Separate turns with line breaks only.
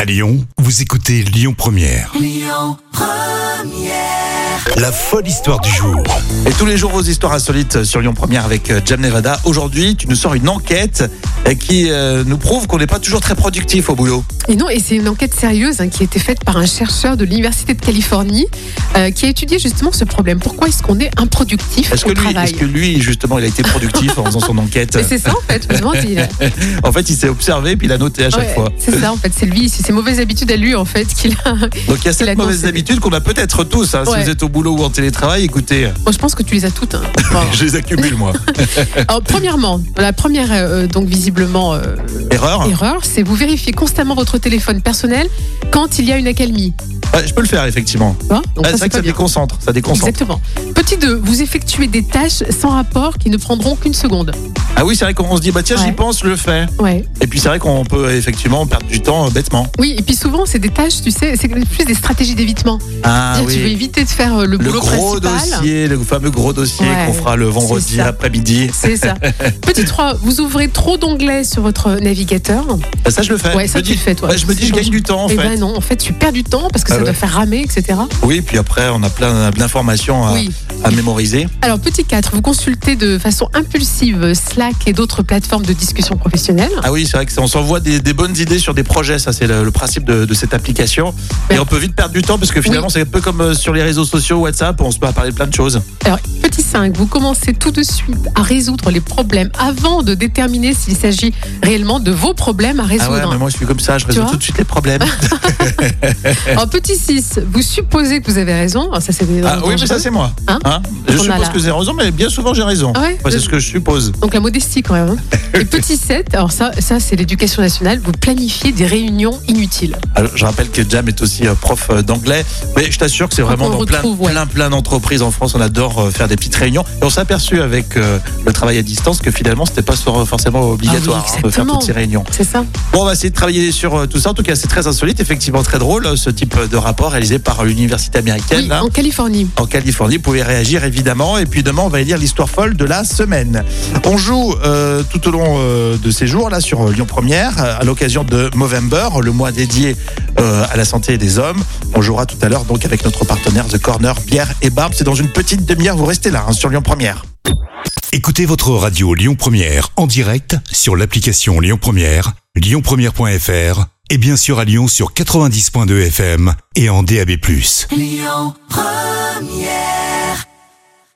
À Lyon, vous écoutez Lyon Première. La folle histoire du jour.
Et tous les jours, vos histoires insolites sur Lyon Première avec euh, Jam Nevada. Aujourd'hui, tu nous sors une enquête euh, qui euh, nous prouve qu'on n'est pas toujours très productif au boulot.
Et non, et c'est une enquête sérieuse hein, qui a été faite par un chercheur de l'Université de Californie euh, qui a étudié justement ce problème. Pourquoi est-ce qu'on est improductif
Est-ce
au
que, lui,
travail
est que lui, justement, il a été productif en faisant son enquête
Mais c'est ça en fait, je me demande, il a-
En fait, il s'est observé puis il a noté à chaque
Ouais,
fois.
C'est ça en fait, c'est lui, c'est ses mauvaises habitudes à lui en fait qu'il a.
Donc il y a
Il
cette
a
mauvaise
conseillé.
habitude qu'on a peut-être tous. hein, Si
Ouais.
vous êtes au boulot ou en télétravail, écoutez, euh,
Moi je pense que tu les as toutes. hein. Bon.
je les accumule moi.
Alors, premièrement, la première euh, donc visiblement euh,
Erreur
erreur, c'est vous vérifiez constamment votre téléphone personnel quand il y a une accalmie.
Ouais, Je peux le faire, effectivement.
Tu vois
Ah,
Donc ça,
c'est
c'est
vrai que
pas
ça
bien.
déconcentre. Ça déconcentre.
Exactement. Petit 2, vous effectuez des tâches sans rapport qui ne prendront qu'une seconde.
Ah oui, c'est vrai qu'on se dit, bah tiens, j'y
Ouais.
pense, je le fais.
Ouais.
Et puis c'est vrai qu'on peut euh, effectivement perdre du temps euh, bêtement.
Oui, et puis souvent, c'est des tâches, tu sais, c'est plus des stratégies d'évitement.
Ah
Dire, Tu veux éviter de faire euh, le,
Le
boulot
gros
principal.
dossier, le fameux gros dossier
Ouais,
qu'on fera le vendredi
ça.
après-midi.
C'est ça. Petit 3, vous ouvrez trop d'onglets sur votre navigateur.
Bah, ça, je le fais.
Ouais,
je
ça,
me
tu
dis,
le fais, toi.
ouais, je me dis,
C'est
je gagne
gentil.
du temps, en
Eh
fait.
ben non, en fait, tu perds du temps parce que
Ah
ça doit
ouais.
faire ramer, etc.
Oui, puis après, on a plein, plein d'informations à,
Oui.
à mémoriser.
Alors, petit 4, vous consultez de façon impulsive Slack et d'autres plateformes de discussion professionnelle.
Ah oui, c'est vrai que ça- on s'envoie des, des bonnes idées sur des projets. Ça, c'est le, le principe de, de cette application. Et
Ouais.
on peut vite perdre du temps parce que finalement, c'est un peu comme euh, sur les réseaux sociaux, WhatsApp, on se met à parler de plein de choses.
Alors, petit 5, vous commencez tout de suite à résoudre les problèmes avant de déterminer s'il s'agit réellement de vos problèmes à
Ah
résoudre.
ouais, mais moi, je suis comme ça, je résous
vois
tout de suite les problèmes.
En petit 6, vous supposez que vous avez raison. Alors, ça, c'est
ah oui, mais ça, c'est moi.
Hein
je
On a
suppose
là.
que j'ai raison, mais bien souvent, j'ai raison.
Ah ouais
Enfin, c'est ce que je suppose.
Donc la modestie quand même. hein. Et petit 7, alors ça, ça c'est l'éducation nationale, vous planifiez des réunions inutiles.
Alors, je rappelle que Jam est aussi euh, prof euh, d'anglais, mais je t'assure que c'est vraiment
on le
dans plein,
retrouve, ouais.
plein, plein d'entreprises en France. On adore euh, faire des petites réunions. Et on s'est aperçu avec euh, le travail à distance que finalement, c'était pas sur- forcément obligatoire
Ah oui,
hein, de faire
exactement.
toutes ces réunions.
C'est ça
Bon, on va essayer de travailler sur euh, tout ça. En tout cas, c'est très insolite, effectivement très drôle, euh, ce type de rapport réalisé par euh, l'université américaine. hein.
Oui,
là,
en Californie.
En Californie, vous pouvez réagir évidemment. Et puis demain, on va élire l'histoire folle de la semaine. On joue euh, tout au long euh, de ces jours là sur euh, Lyon Première euh, à l'occasion de Movember, le mois dédié euh, à la santé des hommes. On jouera tout à l'heure donc avec notre partenaire The Corner Bière et Barbe. C'est dans une petite demi-heure. Vous restez là hein, sur Lyon Première.
Écoutez votre radio Lyon Première en direct sur l'application Lyon Première, lyonpremière.fr et bien sûr à Lyon sur 90.2 FM et en DAB+.